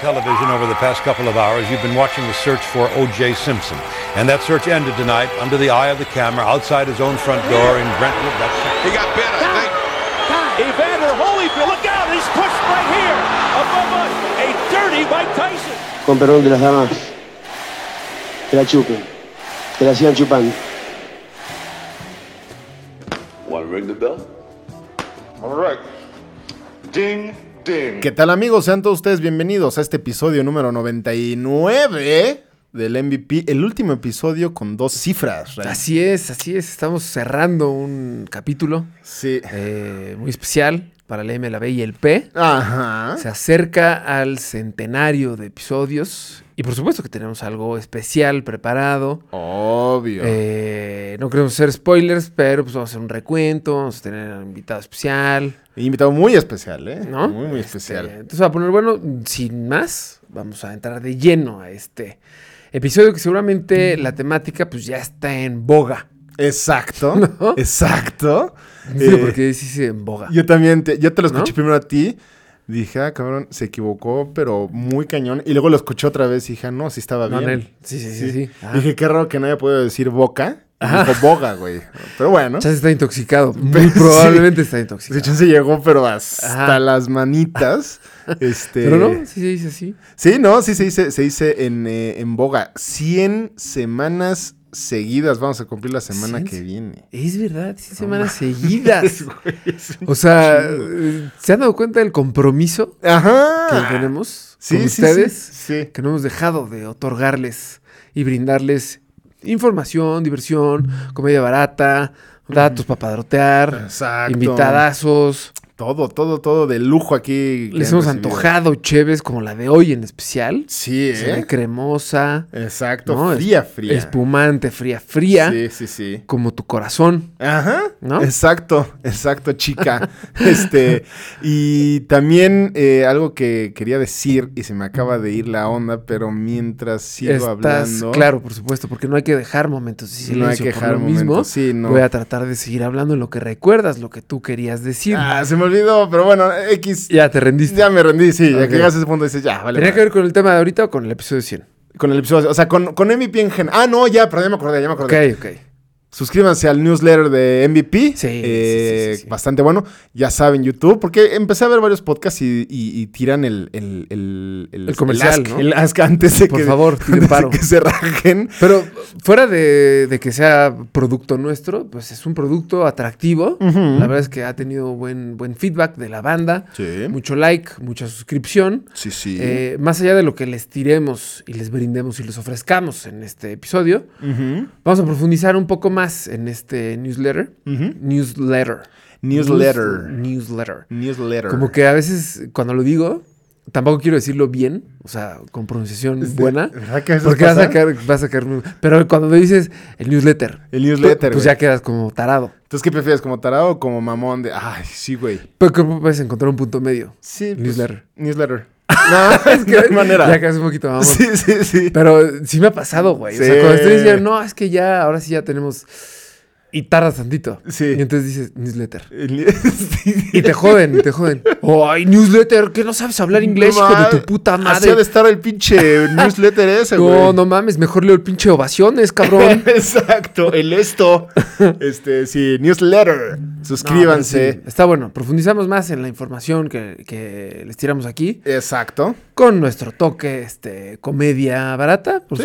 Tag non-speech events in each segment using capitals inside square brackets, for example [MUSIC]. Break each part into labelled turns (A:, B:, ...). A: television over the past couple of hours, you've been watching the search for O.J. Simpson. And that search ended tonight under the eye of the camera outside his own front door in Brentwood. That's-
B: He got bit, I think.
C: Evander Holyfield, look out, he's pushed right here above us. A dirty Mike Tyson.
D: Con perdón de las damas. Que la chupen. Que la sigan chupando.
E: Want to ring the bell?
B: All right. Ding, ding.
F: ¿Qué tal amigos? Sean todos ustedes bienvenidos a este episodio número 99 del MVP, el último episodio con dos cifras. Ray.
G: Así es, así es. Estamos cerrando un capítulo
F: Sí.
G: eh, muy especial para la M, la B y el P.
F: Ajá.
G: Se acerca al centenario de episodios y por supuesto que tenemos algo especial preparado.
F: Obvio.
G: Eh, no queremos hacer spoilers, pero pues vamos a hacer un recuento, vamos a tener un invitado especial,
F: Invitado muy especial, ¿eh?
G: ¿no?
F: Muy, muy
G: Este,
F: especial.
G: entonces va a poner, bueno, sin más, vamos a entrar de lleno a este episodio que seguramente la temática pues ya está en boga.
F: Exacto. Exacto.
G: Sí,
F: Eh,
G: [LAUGHS] porque sí se en boga.
F: Yo también, te, yo te lo escuché
G: ¿No?
F: primero a ti. Dije, ah, cabrón, se equivocó, pero muy cañón. Y luego lo escuché otra vez y dije, ah, no, sí estaba
G: No,
F: bien.
G: Nel. Sí, sí, sí, sí. Ah.
F: Dije, qué raro que no haya podido decir boca. Y Dijo boga, güey. Pero bueno.
G: Chance está intoxicado. Muy
F: Sí.
G: probablemente está
F: De
G: intoxicado.
F: hecho, se llegó, pero hasta
G: Ajá.
F: las
G: [LAUGHS]
F: manitas. este,
G: Pero no, sí se dice así.
F: Sí, no, sí se dice, se dice en, eh, en boga. 100 semanas seguidas. Vamos a cumplir la semana
G: ¿Cien?
F: que viene.
G: Es verdad, 100 semanas [LAUGHS] seguidas. o sea, eh, ¿se han dado cuenta del compromiso que
F: Ajá.
G: tenemos
F: Sí,
G: con
F: sí, sí,
G: ustedes?
F: sí.
G: Que no hemos dejado de otorgarles y brindarles información, diversión, comedia barata, datos para padrotear,
F: Exacto.
G: invitadazos.
F: Todo, todo, todo de lujo aquí. que
G: Les
F: han
G: hemos
F: recibido.
G: antojado cheves como la de hoy en especial.
F: Sí,
G: Se ve
F: ¿eh?
G: cremosa.
F: Exacto.
G: No, es-
F: fría, fría.
G: Espumante, fría, fría.
F: Sí, sí, sí.
G: Como tu corazón.
F: Ajá.
G: ¿No?
F: Exacto, exacto,
G: [LAUGHS]
F: chica. este, y también eh, algo que quería decir y se me acaba de ir la onda, pero mientras sigo
G: Estás
F: hablando.
G: claro, por supuesto, porque no hay que dejar momentos de silencio.
F: No hay que
G: por
F: dejar
G: lo mismo,
F: momentos, sí, no.
G: Voy a tratar de seguir hablando en lo que recuerdas, lo que tú querías decir.
F: Ah, se me olvidó, pero bueno, X.
G: ya te rendiste.
F: Ya me rendí, sí, ya
G: Ok.
F: que llegas a ese punto dices, ya, vale.
G: ¿Tenía que
F: vale.
G: ver con el tema de ahorita o con el episodio 100?
F: Con el episodio, o sea, con, con MVP en general. Ah, no, ya, pero ya me acordé, ya me
G: Ok,
F: acordé.
G: ok.
F: Suscríbanse al newsletter de MVP.
G: Sí,
F: eh,
G: sí, sí, sí, sí.
F: Bastante bueno. Ya saben, YouTube. Porque empecé a ver varios podcasts y, y- y tiran el, el, el,
G: El comercial,
F: ask-
G: ¿no?
F: el ask antes de
G: Por
F: que, [LAUGHS]
G: favor, tiren
F: antes de
G: paro.
F: que se rajen.
G: Pero fuera de, de que sea producto nuestro, pues es un producto atractivo. La verdad es que ha tenido buen, buen feedback de la banda.
F: Sí.
G: Mucho like, mucha suscripción.
F: Sí, sí.
G: Eh, más allá de lo que les tiremos y les brindemos y les ofrezcamos en este episodio, vamos a profundizar un poco más en este newsletter. Newsletter.
F: Newsletter.
G: News- newsletter.
F: newsletter.
G: Como que a veces cuando lo digo, tampoco quiero decirlo bien, o sea, con pronunciación buena.
F: ¿verdad que a veces
G: porque vas a,
F: pasa?
G: caer, vas a caer. muy- Pero cuando me dices el newsletter,
F: El newsletter, güey.
G: pues ya quedas como tarado.
F: Entonces, ¿qué prefieres? ¿Como tarado o como mamón de. Ay, sí, güey.
G: Pero creo que puedes encontrar un punto medio.
F: Sí. pues,
G: Newsletter. [LAUGHS]
F: newsletter. No, [LAUGHS] es que no hay manera.
G: Ya quedas un poquito mamón.
F: Sí, sí, sí.
G: Pero eh, sí me ha pasado, güey. O
F: Sí.
G: sea, cuando estoy diciendo, no, es que ya, ahora sí ya tenemos. Y tardas tantito.
F: Sí.
G: Y entonces dices, newsletter.
F: El ni- sí.
G: Y te joden, y te joden. ¡Ay, newsletter! ¿Qué no sabes hablar inglés, hijo de tu puta
F: Así ha de
G: madre?
F: estar el pinche newsletter ese, güey.
G: No, no mames, mejor leo el pinche ovaciones, cabrón.
F: [LAUGHS] Exacto, el esto. Este, sí, newsletter.
G: No,
F: Suscríbanse.
G: pero sí, está bueno. Profundizamos más en la información que, que les tiramos aquí.
F: Exacto.
G: Con nuestro toque, este, comedia barata, por
F: Sí,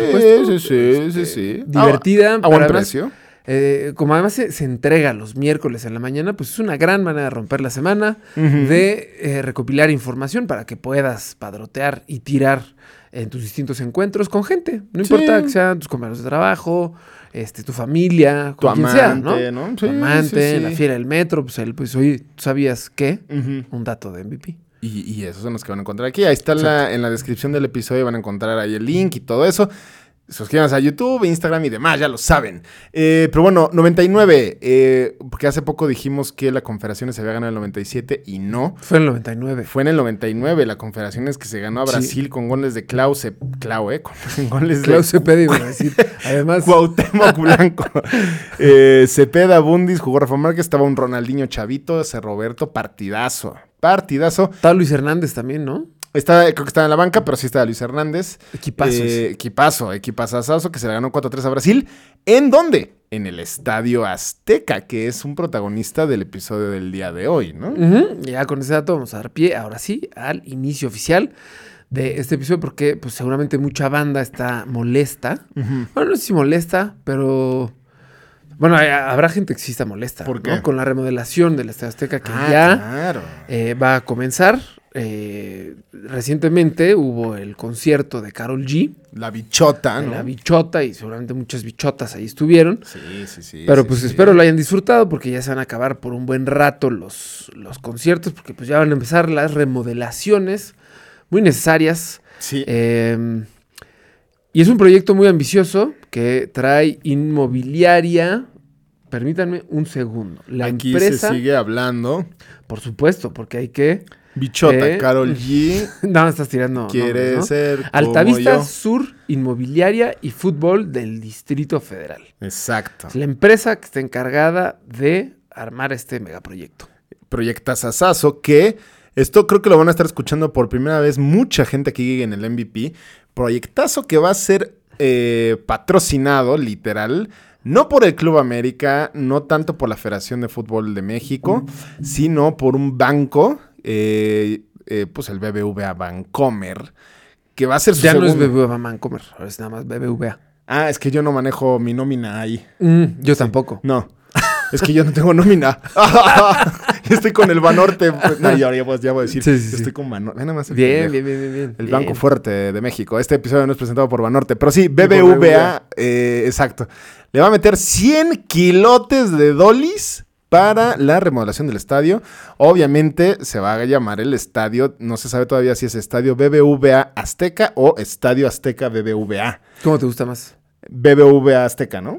F: sí,
G: supuesto.
F: sí, sí, sí.
G: Divertida.
F: A- a
G: pero
F: buen
G: además,
F: precio.
G: eh, como además se, se entrega los miércoles en la mañana, pues es una gran manera de romper la semana, de eh, recopilar información para que puedas padrotear y tirar en tus distintos encuentros con gente. No
F: Sí.
G: importa que sean tus compañeros de trabajo, este, tu familia,
F: Tu
G: con quien sea,
F: amante,
G: ¿no?
F: ¿no?
G: Tu
F: Sí,
G: amante,
F: sí, sí.
G: la fiera del metro, pues él, pues oye, ¿tú sabías qué?
F: Ujú.
G: Un dato de MVP.
F: Y, y esos son los que van a encontrar aquí. Ahí está la, en la descripción del episodio. Van a encontrar ahí el link y todo eso. Suscríbanse a YouTube, Instagram y demás, ya lo saben. Eh, pero bueno, 99. eh, porque hace poco dijimos que la Confederaciones se había ganado en el 97 y no.
G: Fue en el 99.
F: Fue en el 99 la Confederaciones que se ganó a
G: Sí.
F: Brasil con goles de Klause. Clau, ¿eh? [LAUGHS] Con goles de [LAUGHS]
G: Klaus Cepeda iba a decir. Además,
F: Cuauhtémoc Blanco. Eh, Cepeda, Bundis, jugó Rafa Márquez, estaba un Ronaldinho Chavito, ese Roberto, partidazo. Partidazo.
G: está Luis Hernández también, ¿no?
F: Está, creo que está en la banca, pero sí está Luis Hernández.
G: Equipazo
F: Eh,
G: ese.
F: equipazo, equipazazazo, que se le ganó 4-3 a Brasil. ¿En dónde? En el Estadio Azteca, que es un protagonista del episodio del día de hoy, ¿no?
G: Ujú, Ya con ese dato vamos a dar pie ahora sí al inicio oficial de este episodio porque pues seguramente mucha banda está molesta. Bueno, no sé si molesta, pero bueno, hay- habrá gente que sí está molesta.
F: ¿Por
G: ¿no?
F: qué?
G: Con la remodelación del Estadio Azteca que
F: Ah,
G: ya
F: claro.
G: eh, va a comenzar. Eh, recientemente hubo el concierto de Carol G,
F: La bichota,
G: de
F: ¿no?
G: la bichota y seguramente muchas bichotas ahí estuvieron.
F: Sí, sí, sí.
G: Pero
F: sí,
G: pues
F: sí.
G: espero lo hayan disfrutado porque ya se van a acabar por un buen rato los, los conciertos, porque pues ya van a empezar las remodelaciones muy necesarias.
F: Sí.
G: Eh, y es un proyecto muy ambicioso que trae inmobiliaria. Permítanme un segundo. La
F: Aquí
G: empresa,
F: se sigue hablando.
G: por supuesto, porque hay que... [LAUGHS]
F: Bichota,
G: Eh,
F: Carol G.
G: No, me estás tirando.
F: Quiere
G: nombres, ¿no?
F: ser como
G: Altavista
F: yo.
G: Sur Inmobiliaria y Fútbol del Distrito Federal.
F: Exacto.
G: Es la empresa que está encargada de armar este megaproyecto.
F: proyectazazazo que esto creo que lo van a estar escuchando por primera vez mucha gente aquí en el MVP. Proyectazo que va a ser eh, patrocinado, literal, no por el Club América, no tanto por la Federación de Fútbol de México, sino por un banco, eh, eh, pues el BBVA Bancomer, que va a ser su
G: Ya no es
F: segundo-
G: BBVA Mancomer, ahora es nada más BBVA.
F: Ah, es que yo no manejo mi nómina ahí.
G: yo tampoco.
F: No. Es que yo no tengo nómina. [LAUGHS] estoy con el Banorte. pues. No, ya, ya voy- ya voy a decir.
G: Sí, sí, sí.
F: estoy con Banorte. Ve nada más el
G: Bien,
F: pendejo.
G: bien, bien, bien, bien.
F: El
G: bien.
F: Banco Fuerte de México. Este episodio no es presentado por Banorte. Pero sí,
G: por
F: BBVA,
G: BBVA.
F: eh, exacto. Le va a meter 100 kilotes de dolis para la remodelación del estadio. Obviamente se va a llamar el estadio. No se sabe todavía si es estadio BBVA Azteca o estadio Azteca BBVA.
G: ¿Cómo te gusta más?
F: BBVA Azteca, ¿no?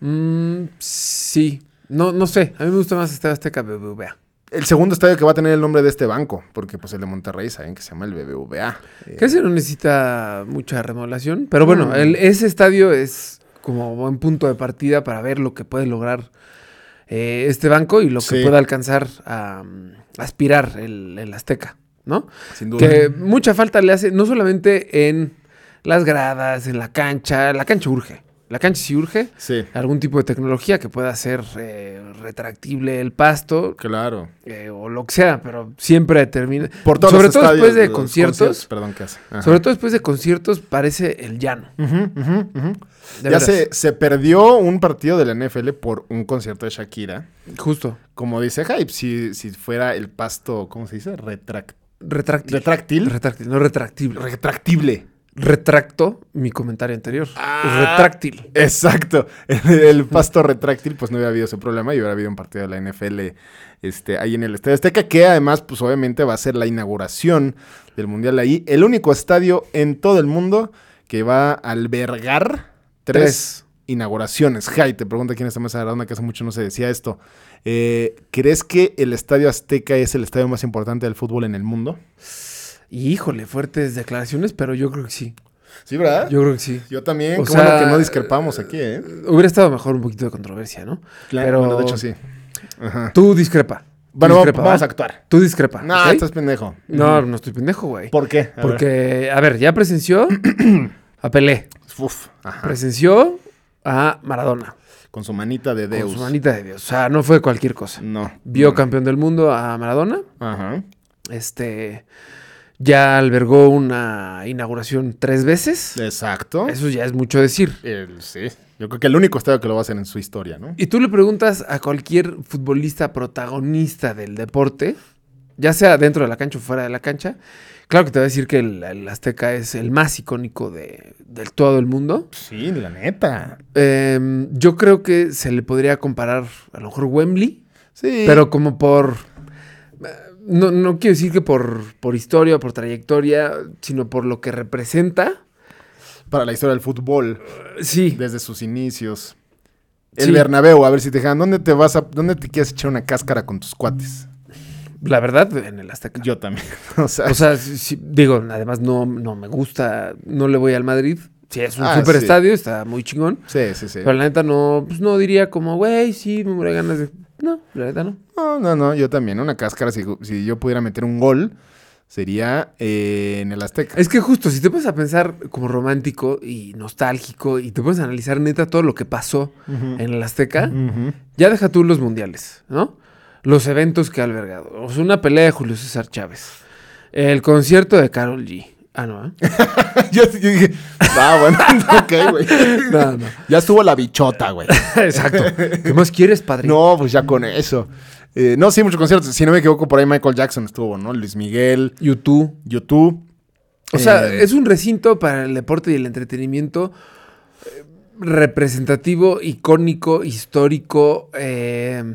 G: Mm, sí. No, no sé. A mí me gusta más Estadio Azteca BBVA.
F: El segundo estadio que va a tener el nombre de este banco, porque pues el de Monterrey saben que se llama el BBVA. Eh,
G: Casi no necesita mucha remodelación, pero bueno, el- ese estadio es como buen punto de partida para ver lo que puede lograr eh, este banco y lo
F: Sí.
G: que pueda alcanzar a mm, aspirar el, el Azteca, ¿no?
F: Sin duda.
G: Que mucha falta le hace, no solamente en las gradas, en la cancha, la cancha urge. La cancha sí urge.
F: Sí.
G: Algún tipo de tecnología que pueda hacer eh, retractible el pasto
F: Claro.
G: eh, o lo que sea, pero siempre termina.
F: Por todos
G: sobre
F: los
G: todo
F: estadios,
G: después de
F: los
G: conciertos
F: Perdón, ¿qué hace? Ajá.
G: sobre todo después de conciertos parece el llano. De
F: ya
G: veras.
F: se, se perdió un partido de la NFL por un concierto de Shakira.
G: Justo.
F: Como dice Hype, si, si fuera el pasto, ¿cómo se dice? Retrac-
G: Retráctil.
F: Retráctil.
G: Retráctil, no retractible.
F: retractible.
G: Retracto mi comentario anterior.
F: Ah.
G: Retráctil.
F: Exacto. [LAUGHS] El, el pasto retráctil, pues no hubiera habido ese problema y hubiera habido un partido de la NFL este, ahí en el Estadio Azteca, que además, pues obviamente va a ser la inauguración del Mundial ahí. El único estadio en todo el mundo que va a albergar tres,
G: Tres.
F: inauguraciones. Jai, te pregunta quién está más redonda, que hace mucho no se decía esto. Eh, ¿Crees que el Estadio Azteca es el estadio más importante del fútbol en el mundo?
G: Y híjole, fuertes declaraciones, pero yo creo que sí.
F: Sí, ¿verdad? Yo,
G: Yo creo que sí.
F: también.
G: O
F: Qué bueno
G: sea,
F: que no discrepamos aquí, ¿eh?
G: Hubiera estado mejor un poquito de controversia, ¿no?
F: Claro, bueno, de hecho sí. Ajá.
G: Tú discrepa. Tú
F: Bueno,
G: discrepa,
F: vamos
G: ¿va?
F: a actuar.
G: Tú discrepa.
F: No,
G: Ah, ¿ok?
F: estás pendejo.
G: No, no estoy pendejo, güey.
F: ¿Por qué? A
G: Porque, a ver, ya
F: [CLEARS THROAT]
G: presenció a Pelé.
F: ver. Uf, ajá.
G: Presenció a Maradona.
F: Con su manita de
G: Con
F: Deus. Mm,
G: su manita de Dios. O sea, no fue cualquier cosa.
F: No.
G: Vio campeón del mundo a Maradona.
F: Ajá.
G: Este ya albergó una inauguración tres veces.
F: Exacto.
G: Eso ya es mucho decir.
F: El- sí. Yo creo que el único estadio que lo va a hacer en su historia, ¿no?
G: Y tú le preguntas a cualquier futbolista protagonista del deporte, ya sea dentro de la cancha o fuera de la cancha, claro que te va a decir que el, el Azteca es el más icónico de, del todo el mundo.
F: Sí, la neta.
G: Em, yo creo que se le podría comparar a lo mejor Wembley,
F: Sí.
G: Pero como por. eh, No, no quiero decir que por, por historia o por trayectoria, sino por lo que representa.
F: Para la historia del fútbol,
G: Sí.
F: desde sus inicios. El
G: Sí.
F: Bernabéu, a ver si te dejan. ¿Dónde te vas a. ¿Dónde te quieres echar una cáscara con tus cuates?
G: La verdad, en el Azteca.
F: Yo también. [LAUGHS] o sea.
G: O sea, sí- sí, digo, además no, no me gusta, no le voy al Madrid. Sí, es un
F: Ah,
G: super
F: sí.
G: estadio, está muy chingón.
F: sí, sí, sí.
G: Pero la neta no, pues no diría como, güey, sí, me muero de ganas de. No, la neta no.
F: No, no, no, yo también. Una cáscara, si, si yo pudiera meter un gol, sería eh, en el Azteca.
G: Es que justo, si te pones a pensar como romántico y nostálgico y te pones a analizar neta todo lo que pasó en el Azteca, ya deja tú los mundiales, ¿no? Los eventos que ha albergado. O sea, una pelea de Julio César Chávez. El concierto de Carol G. Ah, no, ¿eh?
F: [LAUGHS] yo, yo dije, [LAUGHS] ah, bueno, ok, güey.
G: No, no.
F: Ya estuvo la bichota, [LAUGHS] güey.
G: Exacto. ¿Qué más quieres, padre?
F: No, pues ya con eso. Eh, no, sí, muchos conciertos. Si no me equivoco, por ahí Michael Jackson estuvo, ¿no? Luis Miguel,
G: YouTube.
F: YouTube.
G: O sea,
F: Eh,
G: es un recinto para el deporte y el entretenimiento eh, representativo, icónico, histórico, eh,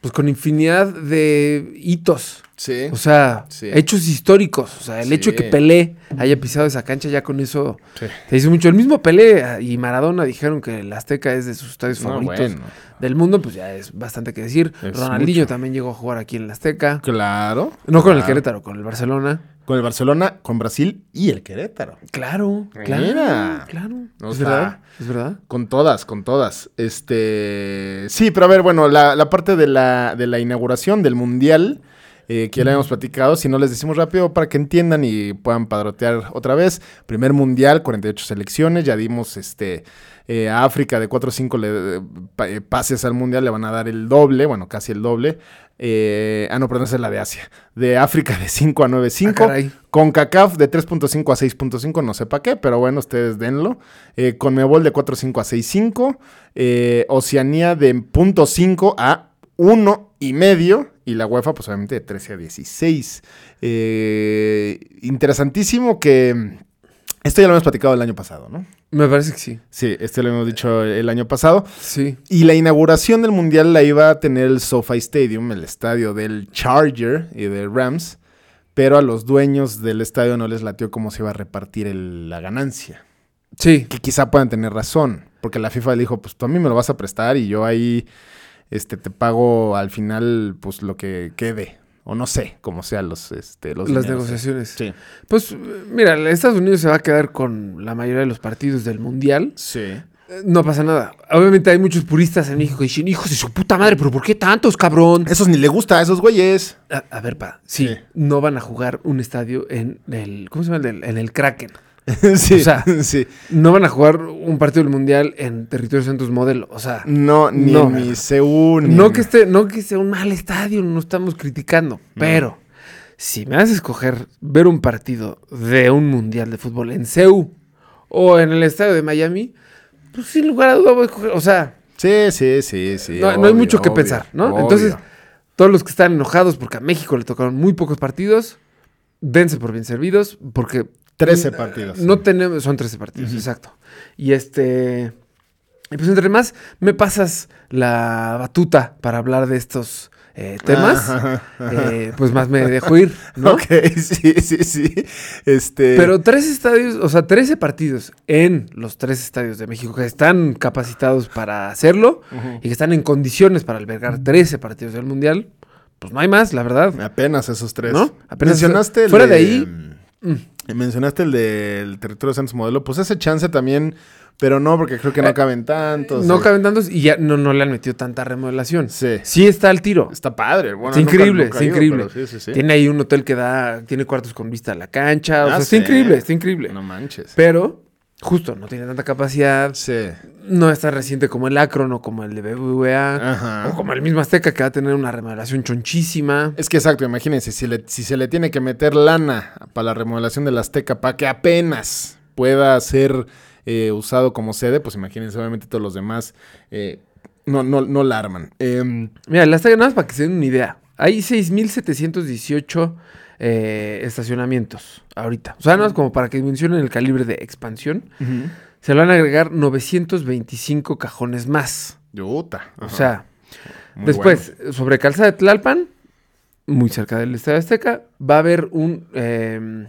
G: pues con infinidad de hitos.
F: Sí.
G: O sea,
F: Sí.
G: hechos históricos. O sea, el hecho de que
F: Sí.
G: Pelé haya pisado esa cancha ya con eso
F: Sí.
G: se hizo mucho. El mismo Pelé y Maradona dijeron que el Azteca es de sus estadios
F: No,
G: favoritos
F: bueno.
G: del mundo, pues ya es bastante que decir.
F: Es
G: Ronaldinho
F: mucho. Ah.
G: también llegó a jugar aquí en el Azteca.
F: Claro.
G: No con el
F: Claro.
G: Querétaro, con el Barcelona.
F: Con el Barcelona, con Brasil y el Querétaro.
G: Claro, claro,
F: Mira.
G: claro.
F: No
G: es
F: está.
G: verdad, es verdad.
F: Con todas, con todas. Este. Sí, pero a ver, bueno, la, la parte de la, de la inauguración del Mundial, eh, que ya la habíamos platicado, si no les decimos rápido para que entiendan y puedan padrotear otra vez. Primer Mundial, 48 selecciones, ya dimos este. eh, a África de 4 o 5 le- pa- eh, pases al Mundial le van a dar el doble, bueno, casi el doble. Eh, ah, no, perdón, esa es la de Asia. De África de 5 a 9, 5.
G: caray.
F: Con CACAF de 3.5 a 6.5, no sé para qué, pero bueno, ustedes denlo. Eh, con Mebol de 4.5 a 6.5. eh, Oceanía de 0.5 a 1.5. Y la UEFA, pues obviamente de 13 a 16. Eh, interesantísimo que. mm, Esto ya lo hemos platicado el año pasado, ¿no?
G: Me parece que sí.
F: Sí, esto lo hemos dicho el año pasado.
G: Sí.
F: Y la inauguración del mundial la iba a tener el SoFi Stadium, el estadio del Charger y de Rams, pero a los dueños del estadio no les latió cómo se iba a repartir el- la ganancia.
G: Sí.
F: Que quizá puedan tener razón, porque la FIFA le dijo, pues tú a mí me lo vas a prestar y yo ahí este, te pago al final pues lo que quede, o no sé, como sean los, este, los
G: Las
F: dineros.
G: negociaciones.
F: Sí.
G: Pues mira, Estados Unidos se va a quedar con la mayoría de los partidos del Mundial.
F: Sí.
G: Eh, No pasa nada. Obviamente hay muchos puristas en México que dicen, hijos de su puta madre, pero ¿por qué tantos, cabrón?
F: Esos ni le gusta a esos
G: [LAUGHS]
F: güeyes.
G: A, a ver, pa, sí,
F: Sí.
G: no van a jugar un estadio en el, ¿cómo se llama? el del- En el Kraken.
F: sí.
G: O [LAUGHS] sea,
F: sí.
G: No van a jugar un partido del Mundial en territorio Santos Modelo. O sea,
F: No, ni
G: No.
F: mi CU, ni
G: No
F: mi-
G: que, esté, no que sea un mal estadio, no estamos criticando, pero si me haces escoger ver un partido de un mundial de fútbol en CEU o en el estadio de Miami, pues sin lugar a dudas voy a escoger, o sea,
F: Sí, sí, sí, sí.
G: no, no hay
F: obvio,
G: mucho que
F: obvio,
G: pensar, ¿no?
F: obvio.
G: Entonces, todos los que están enojados porque a México le tocaron muy pocos partidos, dense por bien servidos, porque
F: 13
G: Mm,
F: partidos.
G: No tenemos, son 13 partidos, exacto. Y este. y pues entre más me pasas la batuta para hablar de estos eh, temas, eh, pues más me dejo ir, ¿no?
F: Ok, [LAUGHS] sí, sí, sí. Este.
G: Pero tres estadios, o sea, 13 partidos en los tres estadios de México que están capacitados para hacerlo y que están en condiciones para albergar 13 partidos del Mundial, pues no hay más, la verdad.
F: Apenas esos tres.
G: ¿No? Apenas
F: mencionaste
G: esos- fuera
F: el
G: de ahí,
F: mm, Mencionaste el del territorio de Santos Modelo. Pues ese chance también, pero no, porque creo que no caben tantos.
G: Eh, no
F: eh.
G: caben tantos y ya no, no le han metido tanta remodelación.
F: Sí.
G: Sí está al tiro.
F: Está padre. Bueno,
G: es
F: nunca-
G: increíble,
F: nunca
G: es
F: he ido,
G: increíble.
F: pero sí, sí, sí.
G: Tiene ahí un hotel que da, tiene cuartos con vista a la cancha. o
F: Ah,
G: sea,
F: sí.
G: está increíble, está increíble.
F: No manches.
G: Pero, justo, no tiene tanta capacidad.
F: Sí.
G: No es tan reciente como el Akron o como el de BBVA.
F: Ajá.
G: O como el mismo Azteca que va a tener una remodelación chonchísima.
F: Es que exacto, imagínense, si, le- si se le tiene que meter lana para la remodelación del Azteca para que apenas pueda ser eh, usado como sede, pues imagínense, obviamente todos los demás eh, no, no, no la arman. Em,
G: Mira, el Azteca, nada más para que se den una idea. Hay 6.718 eh, estacionamientos ahorita. O sea, nada más como para que dimensionen el calibre de expansión. Se le van a agregar 925 cajones más.
F: yuta,
G: O
F: ajá,
G: sea,
F: muy
G: Después, sobre Calzada de Tlalpan, muy cerca del Estadio Azteca, va a haber un. eh,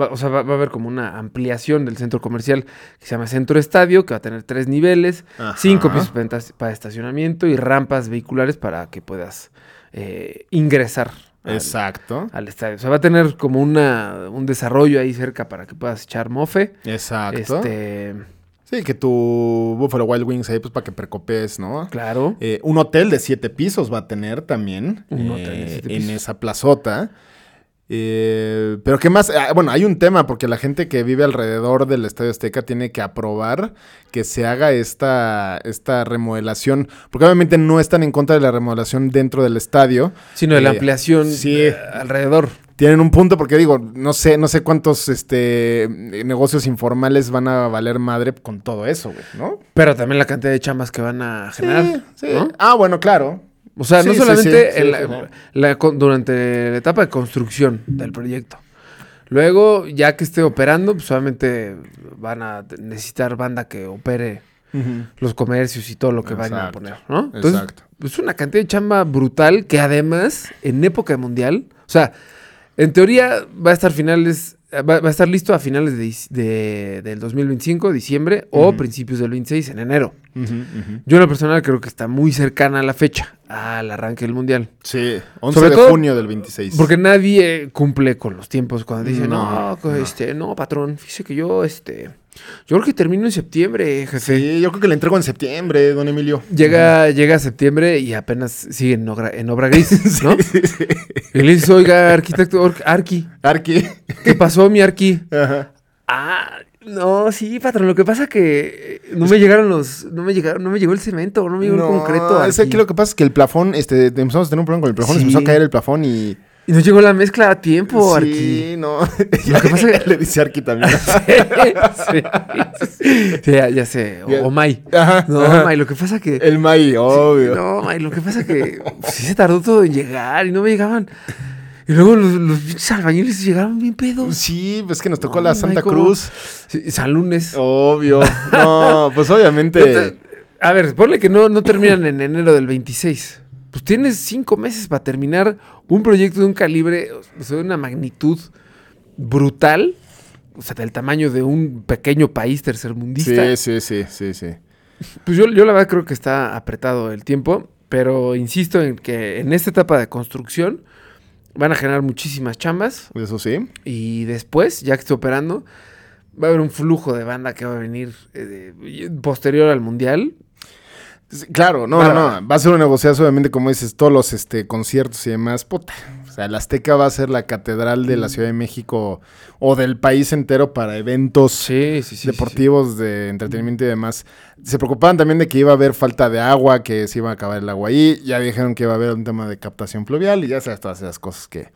G: va- o sea, va, va a haber como una ampliación del centro comercial que se llama Centro Estadio, que va a tener tres niveles,
F: Ajá.
G: cinco pisos para entas- para estacionamiento y rampas vehiculares para que puedas eh, ingresar.
F: bueno.
G: al-
F: Exacto.
G: Al estadio. O sea, va a tener como una, un desarrollo ahí cerca para que puedas echar mofe.
F: Exacto.
G: Este.
F: Sí, que tu Buffalo Wild Wings ahí, pues para que percopees, ¿no?
G: Claro.
F: Eh, un hotel de siete pisos va a tener también
G: Un hotel de
F: eh,
G: siete
F: en
G: pisos.
F: esa plazota. Eh, pero qué más, Ah, bueno, hay un tema porque la gente que vive alrededor del Estadio Azteca tiene que aprobar que se haga esta, esta remodelación, porque obviamente no están en contra de la remodelación dentro del estadio.
G: Sino de la
F: Eh,
G: ampliación
F: sí.
G: eh, alrededor.
F: Tienen un punto porque digo, no sé, no sé cuántos este, negocios informales van a valer madre con todo eso, güey, ¿no?
G: Pero también la cantidad de chambas que van a generar.
F: sí.
G: ¿no?
F: Ah, bueno, claro.
G: O sea, no
F: Sí, sí,
G: solamente
F: sí,
G: en
F: sí,
G: la-
F: sí, sí.
G: la con- durante la etapa de construcción del proyecto. Luego, ya que esté operando, pues solamente van a te- necesitar banda que opere los comercios y todo lo que vayan a
F: Exacto,
G: poner, ¿no? Entonces,
F: exacto.
G: es una cantidad de chamba brutal que además, en época de mundial, o sea, en teoría va a estar finales, va, va a estar listo a finales de, dic- de- del 2025, diciembre, o principios del 26, en enero. Yo en lo personal creo que está muy cercana a la fecha, al arranque del Mundial.
F: Sí, 11
G: Sobre
F: de
G: todo
F: junio del 26.
G: Porque nadie cumple con los tiempos cuando dicen, no,
F: Pues No,
G: co- este, no, patrón, fíjese que yo, este, yo creo que termino en septiembre, jefe.
F: Sí, yo creo que le entrego en septiembre, don Emilio.
G: Llega, llega septiembre y apenas sigue en obra, en obra
F: [LAUGHS]
G: gris, ¿no? Y le dices, oiga, arquitecto, or- Arqui, [LAUGHS]
F: Arqui.
G: ¿qué pasó, mi Arqui?
F: Ajá.
G: Ah, no, sí, patrón, lo que pasa que eh, no me llegaron los, no me llegaron, no me llegó el cemento, no me llegó el concreto.
F: Es que
G: Arqui.
F: lo que pasa es que el plafón, este, empezamos a tener un problema con el plafón, se empezó
G: Sí.
F: a caer el plafón y.
G: Y no llegó la mezcla a tiempo, Arqui.
F: sí, no. [LAUGHS]
G: Lo que pasa es que-
F: le dice Arqui también.
G: [LAUGHS] sí, Sí, ya, ya sé. O,
F: Ya.
G: o May.
F: Ajá,
G: No,
F: ajá.
G: May, lo que pasa que.
F: el May, obvio.
G: No, May, lo que pasa que sí se tardó todo en llegar y no me llegaban. Y luego los, los pinches albañiles llegaron bien pedos.
F: Sí, pues que nos tocó
G: No,
F: la Santa
G: May, ¿cómo?
F: Cruz.
G: Sí, San Lunes. [LAUGHS]
F: Obvio. No, pues obviamente.
G: Este, A ver, ponle que no, no terminan en enero del 26. Pues tienes cinco meses para terminar un proyecto de un calibre, o sea, de una magnitud brutal, o sea, del tamaño de un pequeño país tercermundista.
F: Sí, sí, sí, sí, sí.
G: Pues yo, yo la verdad creo que está apretado el tiempo, pero insisto en que en esta etapa de construcción van a generar muchísimas chambas
F: Pues Eso sí.
G: y después, ya que esté operando, va a haber un flujo de banda que va a venir eh, de- posterior al mundial.
F: Sí, Claro, no,
G: Para-
F: no, no. Va a ser un negociazo, obviamente, como dices, todos los este, conciertos y demás. Puta. O sea, el Azteca va a ser la catedral de la Ciudad de México o del país entero para eventos
G: Sí, sí,
F: deportivos, de entretenimiento y demás. Se preocupaban también de que iba a haber falta de agua, que se iba a acabar el agua ahí. Ya dijeron que iba a haber un tema de captación pluvial y ya sabes, todas esas cosas que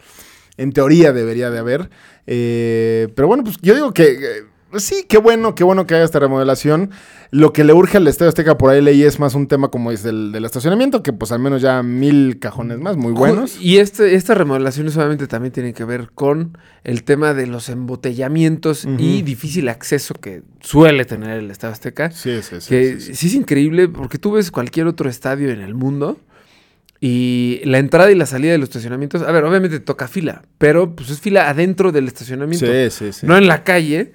F: en teoría debería de haber. Eh, pero bueno, pues yo digo que... eh, Sí, qué bueno, qué bueno que haya esta remodelación. Lo que le urge al Estadio Azteca por ahí leí es más un tema como es del, del estacionamiento, que pues al menos ya mil cajones más, muy buenos.
G: Y este, estas remodelaciones obviamente también tienen que ver con el tema de los embotellamientos y difícil acceso que suele tener el Estado Azteca.
F: Sí, sí, sí.
G: que
F: sí, sí.
G: sí, es increíble porque tú ves cualquier otro estadio en el mundo y la entrada y la salida de los estacionamientos, a ver, obviamente toca fila, pero pues es fila adentro del estacionamiento,
F: Sí, sí, sí.
G: no en la calle,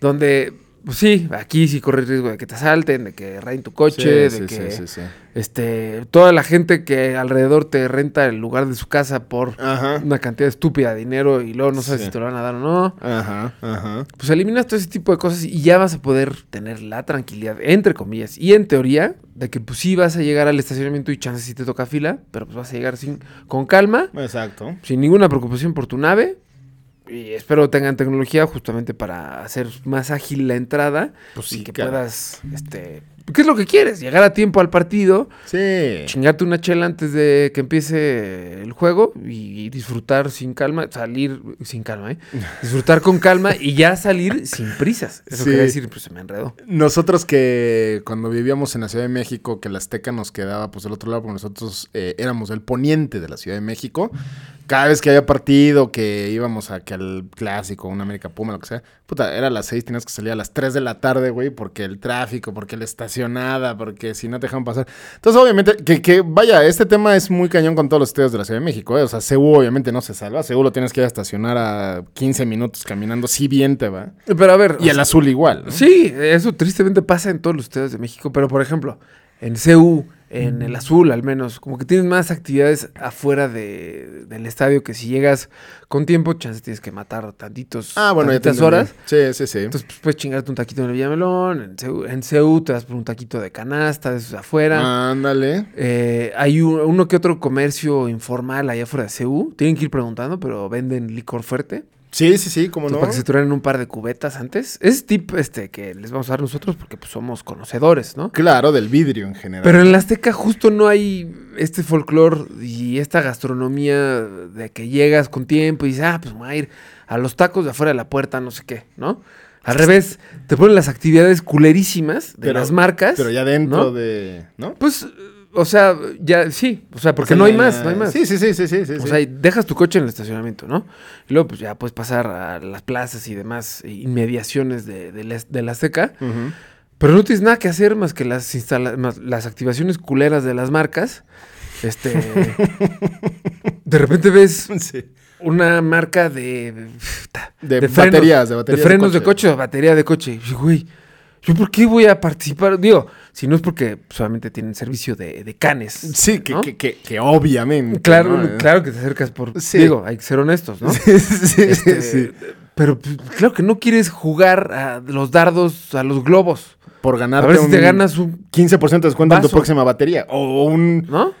G: donde pues sí, aquí sí corre el riesgo de que te asalten, de que rayen tu coche,
F: Sí,
G: de
F: sí,
G: que
F: sí, sí, sí.
G: este toda la gente que alrededor te renta el lugar de su casa por
F: Ajá.
G: una cantidad estúpida de dinero y luego no sabes
F: Sí.
G: si te lo van a dar o no
F: Ajá, ajá.
G: pues eliminas todo ese tipo de cosas y ya vas a poder tener la tranquilidad, entre comillas, y en teoría, de que pues sí vas a llegar al estacionamiento y chance si te toca fila, pero pues vas a llegar sin, con calma,
F: Exacto.
G: sin ninguna preocupación por tu nave. Y espero tengan tecnología justamente para hacer más ágil la entrada
F: Pues
G: y
F: sí,
G: que
F: cara.
G: puedas, este, ¿qué es lo que quieres? Llegar a tiempo al partido,
F: Sí.
G: chingarte una chela antes de que empiece el juego y disfrutar sin calma, salir
F: [LAUGHS]
G: sin calma, ¿eh? Disfrutar con calma y ya salir sin prisas. Eso
F: Sí.
G: quería decir, pues se me enredó.
F: Nosotros que cuando vivíamos en la Ciudad de México, que la Azteca nos quedaba pues del otro lado, porque nosotros eh, éramos del poniente de la Ciudad de México, cada vez que había partido, que íbamos a que al clásico, un América Puma, lo que sea, puta, era a las 6, tenías que salir a las 3 de la tarde, güey, porque el tráfico, porque la estacionada, porque si no te dejaban pasar. Entonces, obviamente, que, que vaya, este tema es muy cañón con todos los estadios de la Ciudad de México, ¿eh? O sea, Seúl obviamente no se salva, Seúl lo tienes que ir a estacionar a 15 minutos caminando, si bien te va.
G: Pero a ver,
F: Y el azul igual. ¿no?
G: sí, eso tristemente pasa en todos los estados de México, pero por ejemplo, en CU, en
F: Mm.
G: el azul al menos. Como que tienes más actividades afuera de- del estadio que si llegas con tiempo, chance tienes que matar tantitos,
F: Ah, bueno, ya te
G: tantitas
F: entendí.
G: horas.
F: Sí, sí, sí.
G: Entonces pues, puedes chingarte un taquito en el Villamelón, en Ceú, en Ceú te das por un taquito de canasta, de esos de afuera.
F: Ah. Ándale.
G: Eh, hay u- uno que otro comercio informal allá afuera de CU. Tienen que ir preguntando, pero venden licor fuerte.
F: Sí, sí, sí, cómo
G: Entonces,
F: no.
G: Para que se traen un par de cubetas antes. Es tip este que les vamos a dar nosotros porque pues, somos conocedores, ¿no?
F: Claro, del vidrio en general.
G: Pero en la Azteca justo no hay este folclore y esta gastronomía de que llegas con tiempo y dices, ah, pues me voy a ir a los tacos de afuera de la puerta, no sé qué, ¿no? Al revés, te ponen las actividades culerísimas de
F: Pero-
G: las marcas.
F: Pero ya dentro
G: ¿no?
F: de. ¿No?
G: Pues, o sea, ya sí, o sea, porque
F: O sea,
G: no hay
F: ya-
G: más, no hay más. Pues
F: Sí, sí, sí, sí, sí. sí,
G: O
F: sí.
G: sea, y dejas tu coche en el estacionamiento, ¿no? Y luego, pues ya puedes pasar a las plazas y demás e inmediaciones de, de la, de la Azteca.
F: Ujú.
G: Pero no tienes nada que hacer más que las, instala- más las activaciones culeras de las marcas.
F: [LAUGHS]
G: Este. de repente ves
F: [LAUGHS] Sí.
G: una marca de. puta,
F: De baterías, de baterías de
G: De frenos de
F: coche.
G: coche, de batería de coche. Y dije, güey, ¿yo por qué voy a participar? Digo, si no es porque solamente tienen servicio de, de canes.
F: Sí, que,
G: ¿no?
F: que, que, que obviamente.
G: Claro,
F: ¿no?
G: claro que te acercas por.
F: Sí.
G: Digo, hay que ser honestos,
F: [LAUGHS]
G: ¿no?
F: Sí, sí,
G: Este,
F: sí.
G: Pero pues, claro que no quieres jugar a los dardos, a los globos.
F: Por ganar.
G: a ver si te ganas un.
F: 15% de descuento en tu
G: vaso.
F: próxima batería. O un.
G: ¿No?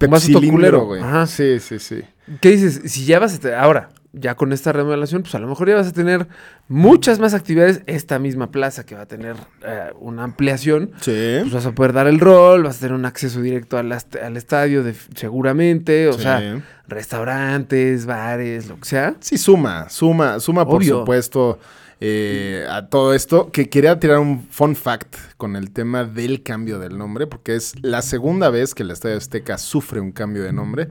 G: Un vasito
F: Pepsilindro,
G: culero.
F: güey.
G: Ajá.
F: Sí, sí, sí.
G: ¿Qué dices? Si ya vas a. te- Ahora, ya con esta remodelación, pues a lo mejor ya vas a tener muchas más actividades. Esta misma plaza que va a tener eh, una ampliación.
F: Sí.
G: Pues vas a poder dar el rol, vas a tener un acceso directo al, ast- al estadio, de- seguramente. O
F: Sí.
G: sea, restaurantes, bares, lo que sea.
F: Sí, suma, suma, suma, por
G: Obvio.
F: supuesto, eh, a todo esto. Que quería tirar un fun fact con el tema del cambio del nombre, porque es la segunda vez que el Estadio Azteca sufre un cambio de nombre.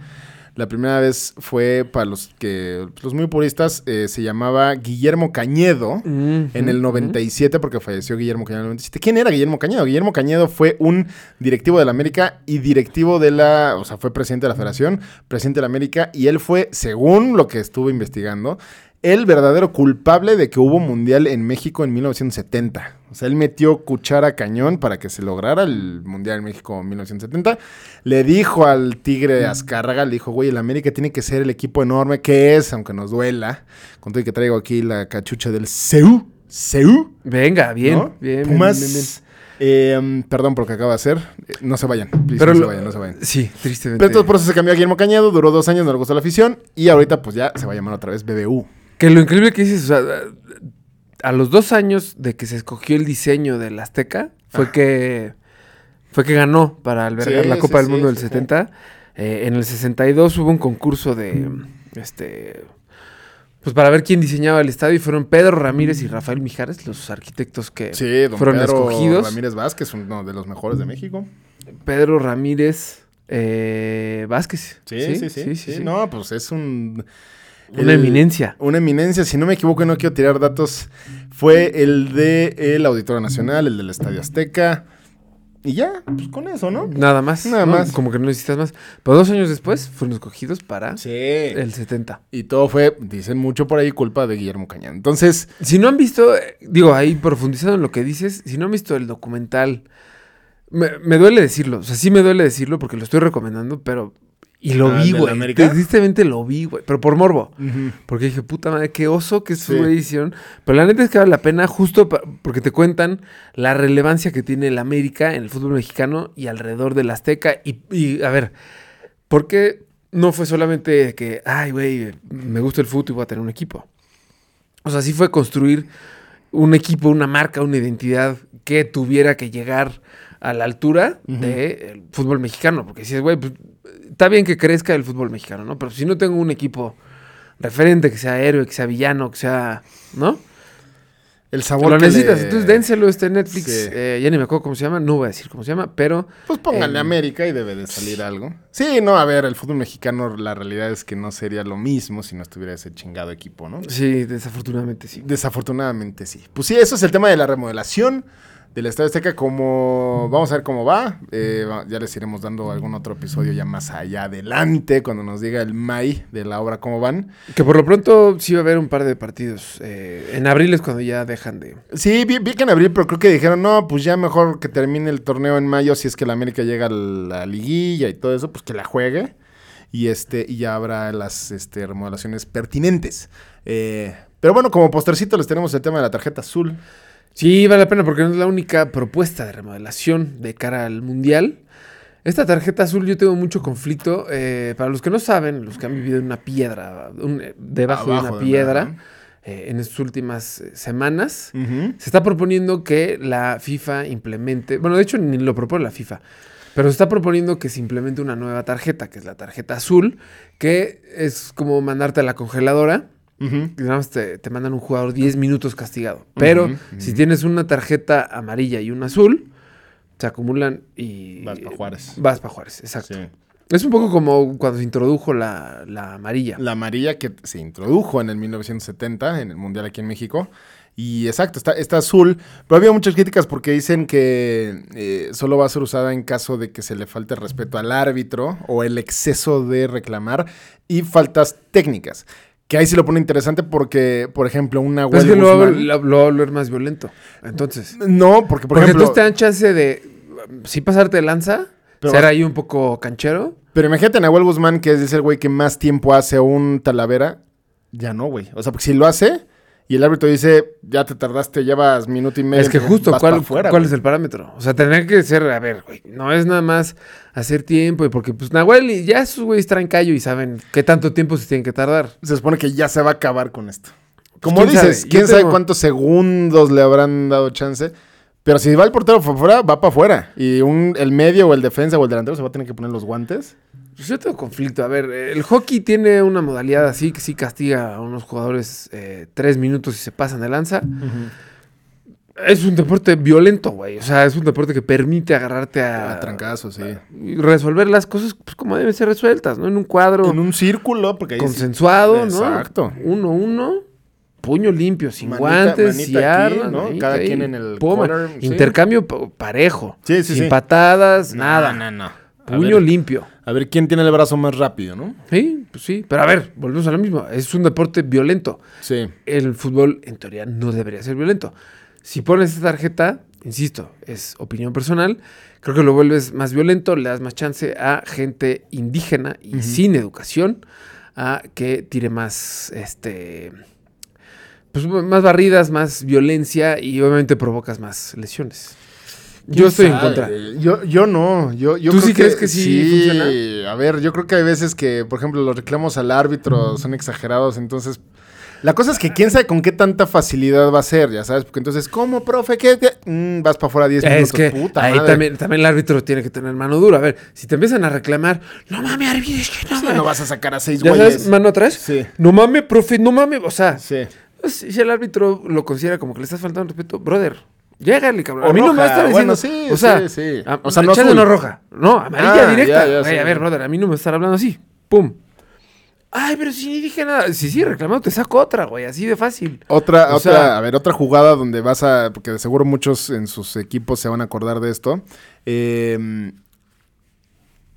F: La primera vez fue para los que los muy puristas eh, se llamaba Guillermo Cañedo en el 97 porque falleció Guillermo Cañedo en el 97. ¿Quién era Guillermo Cañedo? Guillermo Cañedo fue un directivo de la América y directivo de la, o sea, fue presidente de la Federación, presidente de la América y él fue, según lo que estuve investigando, el verdadero culpable de que hubo mundial en México en 1970. O sea, él metió cuchara a cañón para que se lograra el mundial en México en 1970. Le dijo al Tigre Azcárraga, le dijo, güey, el América tiene que ser el equipo enorme que es, aunque nos duela. Con todo y que traigo aquí la cachucha del CEU. CEU.
G: Venga, bien,
F: ¿no?
G: bien, bien,
F: Pumas.
G: bien, bien.
F: eh, perdón por lo que acaba de hacer. Eh, No se vayan. please,
G: Pero
F: no se
G: lo-
F: vayan, no se vayan.
G: Sí, tristemente.
F: Pero entonces por eso se cambió a Guillermo Cañedo, duró dos años, no le gustó la afición y ahorita pues ya se va a llamar otra vez BBU.
G: Que lo increíble que dices, o sea, a los dos años de que se escogió el diseño del Azteca, fue que fue que ganó para albergar
F: Sí,
G: la Copa
F: sí,
G: del
F: sí,
G: Mundo del
F: sí, sí.
G: 70. Eh, en el 62 hubo un concurso de este pues para ver quién diseñaba el estadio y fueron Pedro Ramírez y Rafael Mijares, los arquitectos que
F: Sí, don
G: fueron
F: Pedro
G: escogidos. Mm.
F: Ramírez Vázquez, uno de los mejores de México.
G: Pedro Ramírez eh, Vázquez.
F: Sí, sí, sí. sí,
G: sí.
F: No, pues es un...
G: Una
F: el-
G: eminencia.
F: Una eminencia, si no me equivoco y no quiero tirar datos, fue el de el Auditorio Nacional, el del Estadio Azteca. Y ya, pues con eso, ¿no?
G: Nada más.
F: Nada
G: ¿no?
F: más.
G: Como que no necesitas más. Pero dos años después fueron escogidos para
F: Sí.
G: el 70.
F: Y todo fue, dicen mucho por ahí, culpa de Guillermo Cañán. Entonces,
G: Si no han visto, eh, digo, ahí profundizando en lo que dices, si no han visto el documental, me, me duele decirlo. O sea, sí me duele decirlo porque lo estoy recomendando, pero. Y lo
F: Ah,
G: vi,
F: ¿el de la
G: güey.
F: América?
G: Tristemente lo vi, güey. Pero por morbo. Porque dije, puta madre, qué oso que estos
F: Sí.
G: güeyes hicieron. Pero la neta es que vale la pena justo pa- porque te cuentan la relevancia que tiene el América en el fútbol mexicano y alrededor del Azteca. Y, y, a ver, ¿por qué no fue solamente que, ay, güey, me gusta el fútbol y voy a tener un equipo? O sea, sí fue construir un equipo, una marca, una identidad que tuviera que llegar a la altura del fútbol mexicano. Porque si es, güey, pues, está bien que crezca el fútbol mexicano, ¿no? Pero si no tengo un equipo referente, que sea héroe, que sea villano, que sea, ¿no?
F: el sabor
G: lo
F: que
G: necesitas.
F: le-
G: Entonces, dénselo, este Netflix.
F: Sí.
G: eh, ya ni me acuerdo cómo se llama, no voy a decir cómo se llama, pero...
F: Pues pónganle
G: eh,
F: América y debe de salir algo. Sí, no, a ver, el fútbol mexicano, la realidad es que no sería lo mismo si no estuviera ese chingado equipo, ¿no?
G: Sí, desafortunadamente sí.
F: Desafortunadamente sí. Pues sí, eso es el tema de la remodelación del Estadio Azteca. Como vamos a ver cómo va, eh, va- ya les iremos dando algún otro episodio ya más allá adelante, cuando nos diga el May de la obra cómo van.
G: Que por lo pronto sí va a haber un par de partidos. eh, en abril es cuando ya dejan de.
F: Sí, vi, vi que en abril, pero creo que dijeron, no, pues ya mejor que termine el torneo en mayo, si es que la América llega a la liguilla y todo eso, pues que la juegue. Y este, y ya habrá las este, remodelaciones pertinentes. Eh, pero bueno, como postercito les tenemos el tema de la tarjeta azul.
G: Sí, vale la pena porque no es la única propuesta de remodelación de cara al mundial. Esta tarjeta azul yo tengo mucho conflicto. eh, para los que no saben, los que han vivido en una piedra, un- eh, debajo de
F: Abajo
G: una
F: de
G: piedra,
F: una, ¿no?
G: eh, en estas últimas eh, semanas, se está proponiendo que la FIFA implemente, bueno, de hecho ni lo propone la FIFA, pero se está proponiendo que se implemente una nueva tarjeta, que es la tarjeta azul, que es como mandarte a la congeladora. Y nada más te, te mandan un jugador 10 minutos castigado. Pero si tienes una tarjeta amarilla y una azul, se acumulan y.
F: Vas pa' Juárez.
G: Vas para Juárez, exacto.
F: Sí.
G: Es un poco como cuando se introdujo la, la amarilla.
F: La amarilla que se introdujo en el 1970 en el Mundial aquí en México. Y exacto, está, está azul. Pero había muchas críticas porque dicen que eh, solo va a ser usada en caso de que se le falte respeto al árbitro o el exceso de reclamar y faltas técnicas. Que ahí sí lo pone interesante porque, por ejemplo, una
G: Pero es que lo va, a vol- la- lo va a volver más violento. Entonces.
F: No, porque, por
G: porque
F: ejemplo.
G: entonces te dan chance de. Si pasarte de lanza,
F: Pero-
G: ser ahí un poco canchero.
F: Pero imagínate a Nahuel Guzmán, que es el güey que más tiempo hace un Talavera. Ya no, güey. O sea, porque si lo hace y el árbitro dice, ya te tardaste, llevas minuto y medio.
G: Es que justo,
F: vas
G: ¿cuál,
F: pa' fuera,
G: cuál
F: güey.
G: es el parámetro? O sea, tendría que ser, a ver, güey, no es nada más hacer tiempo, y porque pues Nahuel y ya esos güeyes traen callo y saben qué tanto tiempo se tienen que tardar.
F: Se supone que ya se va a acabar con esto. Como
G: ¿quién
F: dices,
G: sabe? Yo
F: quién sabe
G: tengo-
F: cuántos segundos le habrán dado chance. Pero si va el portero para fuera, va para afuera. Y un, el medio o el defensa o el delantero se va a tener que poner los guantes.
G: Pues yo tengo conflicto. A ver, el hockey tiene una modalidad así que sí castiga a unos jugadores eh, tres minutos y se pasan de lanza. Es un deporte violento, güey. O sea, es un deporte que permite agarrarte a,
F: A trancazos, sí.
G: y resolver las cosas pues, como deben ser resueltas, ¿no? En un cuadro.
F: En un círculo, porque ahí sí-
G: consensuado, ¿no?
F: Exacto.
G: Uno, uno. Puño limpio, sin
F: Manita-
G: guantes,
F: manita
G: sin
F: aquí,
G: armas.
F: ¿no?
G: manita
F: Cada
G: ahí,
F: quien en el
G: poma.
F: corner, sí.
G: Intercambio pa- parejo.
F: Sí, sí,
G: sin
F: sí.
G: patadas, nada.
F: No, no, no. A
G: Puño
F: ver.
G: limpio.
F: A ver quién tiene el brazo más rápido, ¿no?
G: Sí, pues sí. Pero a ver, volvemos a lo mismo. Es un deporte violento.
F: Sí.
G: El fútbol, en teoría, no debería ser violento. Si pones esta tarjeta, insisto, es opinión personal, creo que lo vuelves más violento, le das más chance a gente indígena y sin educación a que tire más, este, pues, m- más barridas, más violencia y obviamente provocas más lesiones. Yo estoy en
F: sabe?
G: contra.
F: Yo, yo no. Yo, yo
G: ¿Tú
F: creo
G: sí crees que sí funciona?
F: A ver, yo creo que hay veces que, por ejemplo, los reclamos al árbitro son exagerados, entonces. La cosa es que quién sabe con qué tanta facilidad va a ser, ya sabes, porque entonces, ¿cómo, profe? ¿Qué? qué? Mm, vas para afuera 10 minutos,
G: Es que
F: puta
G: ahí
F: madre.
G: también, también el árbitro tiene que tener mano dura. A ver, si te empiezan a reclamar, no mames, árbitro, es que no
F: Sí,
G: mames".
F: no vas a sacar a seis
G: ¿Ya sabes,
F: güeyes.
G: mano atrás?
F: Sí.
G: No mames, profe, no mames. O sea,
F: Sí.
G: pues, si el árbitro lo considera como que le estás faltando respeto, brother, llégale, cabrón.
F: O
G: a mí no me va a
F: roja,
G: estar diciendo.
F: bueno, sí,
G: o sea,
F: sí, sí.
G: a-
F: O sea,
G: no
F: no azul.
G: no roja. No, amarilla
F: Ah,
G: directa.
F: ya, ya,
G: Güey,
F: sí.
G: a ver, brother, a mí no me va a estar hablando así. Pum. Ay, pero si ni dije nada. Sí, sí, reclamado, te saco otra, güey, así de fácil.
F: Otra,
G: O
F: otra,
G: sea-
F: a ver, otra jugada donde vas a, porque de seguro muchos en sus equipos se van a acordar de esto. Eh,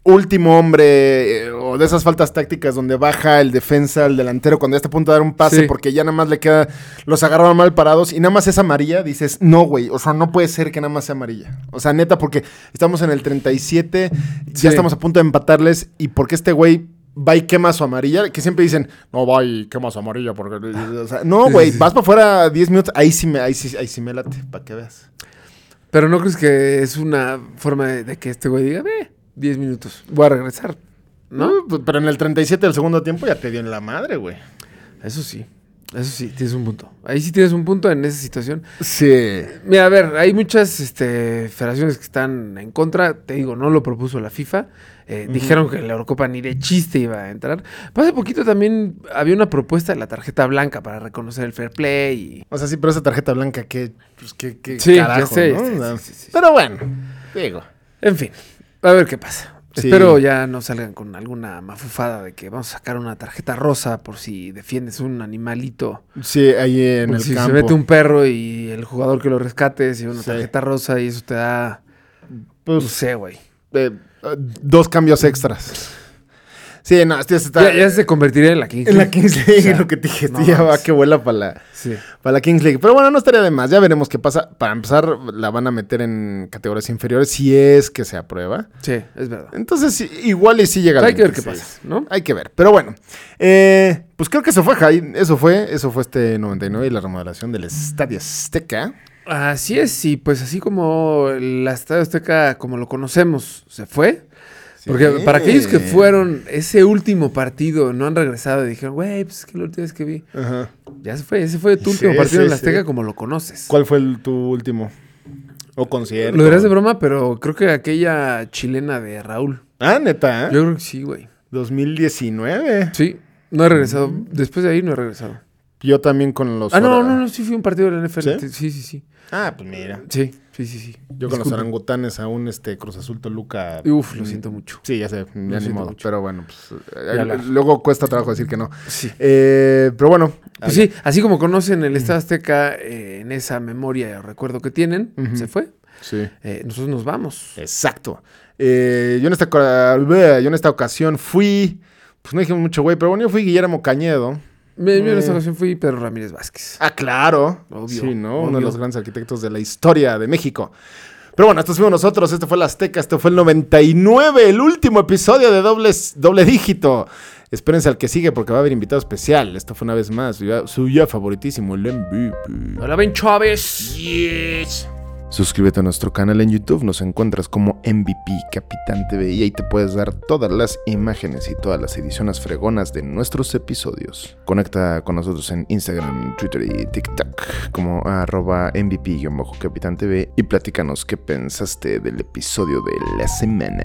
F: último hombre, eh, o de esas faltas tácticas donde baja el defensa, el delantero, cuando ya está a punto de dar un pase,
G: Sí.
F: porque ya nada más le queda, los agarraron mal parados y nada más es amarilla, dices, no, güey, o sea, no puede ser que nada más sea amarilla. O sea, neta, porque estamos en el 37,
G: Sí.
F: ya estamos a punto de empatarles y porque este güey... Va y quema su amarilla, que siempre dicen, no va y quema su amarilla, porque. o sea, no,
G: Sí,
F: güey,
G: sí, sí.
F: vas para afuera 10 minutos, ahí sí me, ahí sí, ahí sí me late, para que veas.
G: Pero no crees que es una forma de, de que este güey diga, ve, 10 minutos, voy a regresar. ¿No?
F: Uh, Pero en el 37 del segundo tiempo ya te dio en la madre, güey.
G: Eso sí, eso sí, tienes un punto. Ahí sí tienes un punto en esa situación.
F: Sí.
G: Mira, a ver, hay muchas este, federaciones que están en contra. Te digo, no lo propuso la FIFA. Eh, Dijeron que la Eurocopa ni de chiste iba a entrar. Pero hace poquito también había una propuesta de la tarjeta blanca para reconocer el fair play.
F: O sea, sí, pero esa tarjeta blanca, qué, pues, qué, qué
G: Sí, ya
F: carajo,
G: sé,
F: ¿no?
G: sí,
F: O sea,
G: sí, sí, sí, sí.
F: Pero bueno, digo.
G: y- En fin, a ver qué pasa.
F: Sí.
G: Espero ya no salgan con alguna mafufada de que vamos a sacar una tarjeta rosa por si defiendes un animalito.
F: Sí, ahí en
G: Por
F: el
G: Pues si
F: campo.
G: se mete un perro y el jugador que lo rescate se lleva una
F: Sí.
G: tarjeta rosa y eso te da.
F: Pues,
G: no sé, güey.
F: eh, eh, dos cambios extras. Sí, no, este está...
G: Ya, ya se convertiría en la Kings
F: En la
G: [LAUGHS] League.
F: Kings League,
G: O sea,
F: [LAUGHS] lo que te dije,
G: no
F: este ya va
G: mames.
F: que vuela para la,
G: Sí.
F: para la Kings League. Pero bueno, no estaría de más, ya veremos qué pasa. Para empezar, la van a meter en categorías inferiores si es que se aprueba.
G: Sí, es verdad.
F: Entonces, sí, igual y sí llega
G: Hay
F: al
G: que ver qué
F: 26.
G: pasa, ¿no?
F: Hay que ver. Pero bueno, eh, pues creo que eso fue, Jai. Eso fue, eso fue este 99 y la remodelación del Estadio Azteca.
G: Así es, y pues así como la Estadio Azteca, como lo conocemos, se fue. Porque
F: Sí.
G: para aquellos que fueron ese último partido, no han regresado y dijeron, güey, pues es que la última vez que vi.
F: Ajá.
G: Ya se fue, ese fue
F: Sí,
G: tu último partido
F: sí,
G: en la
F: sí.
G: Azteca como lo conoces.
F: ¿Cuál fue el- tu último? ¿O concierto?
G: Lo dirás de broma, pero creo que aquella chilena de Raúl.
F: Ah, neta. ¿eh?
G: Yo creo que sí, güey.
F: 2019.
G: Sí, no he regresado.
F: Mm.
G: Después de ahí no he regresado.
F: Yo también con los.
G: Ah, no,
F: ora-
G: no, no, sí fui a un partido de la NFL.
F: pues ¿Sí?
G: Sí, sí, sí. Sí,
F: Ah, pues mira.
G: sí, sí. sí, sí.
F: Yo con los Mm. orangutanes aún este Cruz Azul Toluca.
G: Uf, lo siento mucho.
F: Sí, ya sé, ya ni
G: siento
F: modo.
G: mucho.
F: Pero bueno, pues eh,
G: Ya hablar.
F: luego cuesta trabajo decir que no.
G: Sí.
F: Eh, pero bueno.
G: Pues sí, así como conocen
F: Mm.
G: el Estado Azteca eh, en esa memoria o recuerdo que tienen, se fue.
F: Sí.
G: Eh, nosotros nos vamos.
F: Exacto. Eh, yo, en esta, cora- bleh, yo en esta ocasión fui. Pues no dije mucho, güey, pero bueno, yo fui Guillermo Cañedo.
G: Me- Yo en
F: Mm.
G: esta ocasión fui Pedro Ramírez Vázquez.
F: Ah, claro.
G: Obvio,
F: Sí, ¿no? Uno de
G: obvio.
F: los grandes arquitectos de la historia de México. Pero bueno, estos fuimos nosotros. Este fue el Azteca. Este fue el 99, el último episodio de dobles, doble dígito. Espérense al que sigue porque va a haber invitado especial. Esto fue una vez más su ya, su ya favoritísimo, el MVP.
G: Hola, Ben Chávez.
F: Suscríbete a nuestro canal en YouTube. Nos encuentras como MVP Capitán TV y ahí te puedes dar todas las imágenes y todas las ediciones fregonas de nuestros episodios. Conecta con nosotros en Instagram, Twitter y TikTok como arroba MVP-Capitán TV y platícanos qué pensaste del episodio de la semana.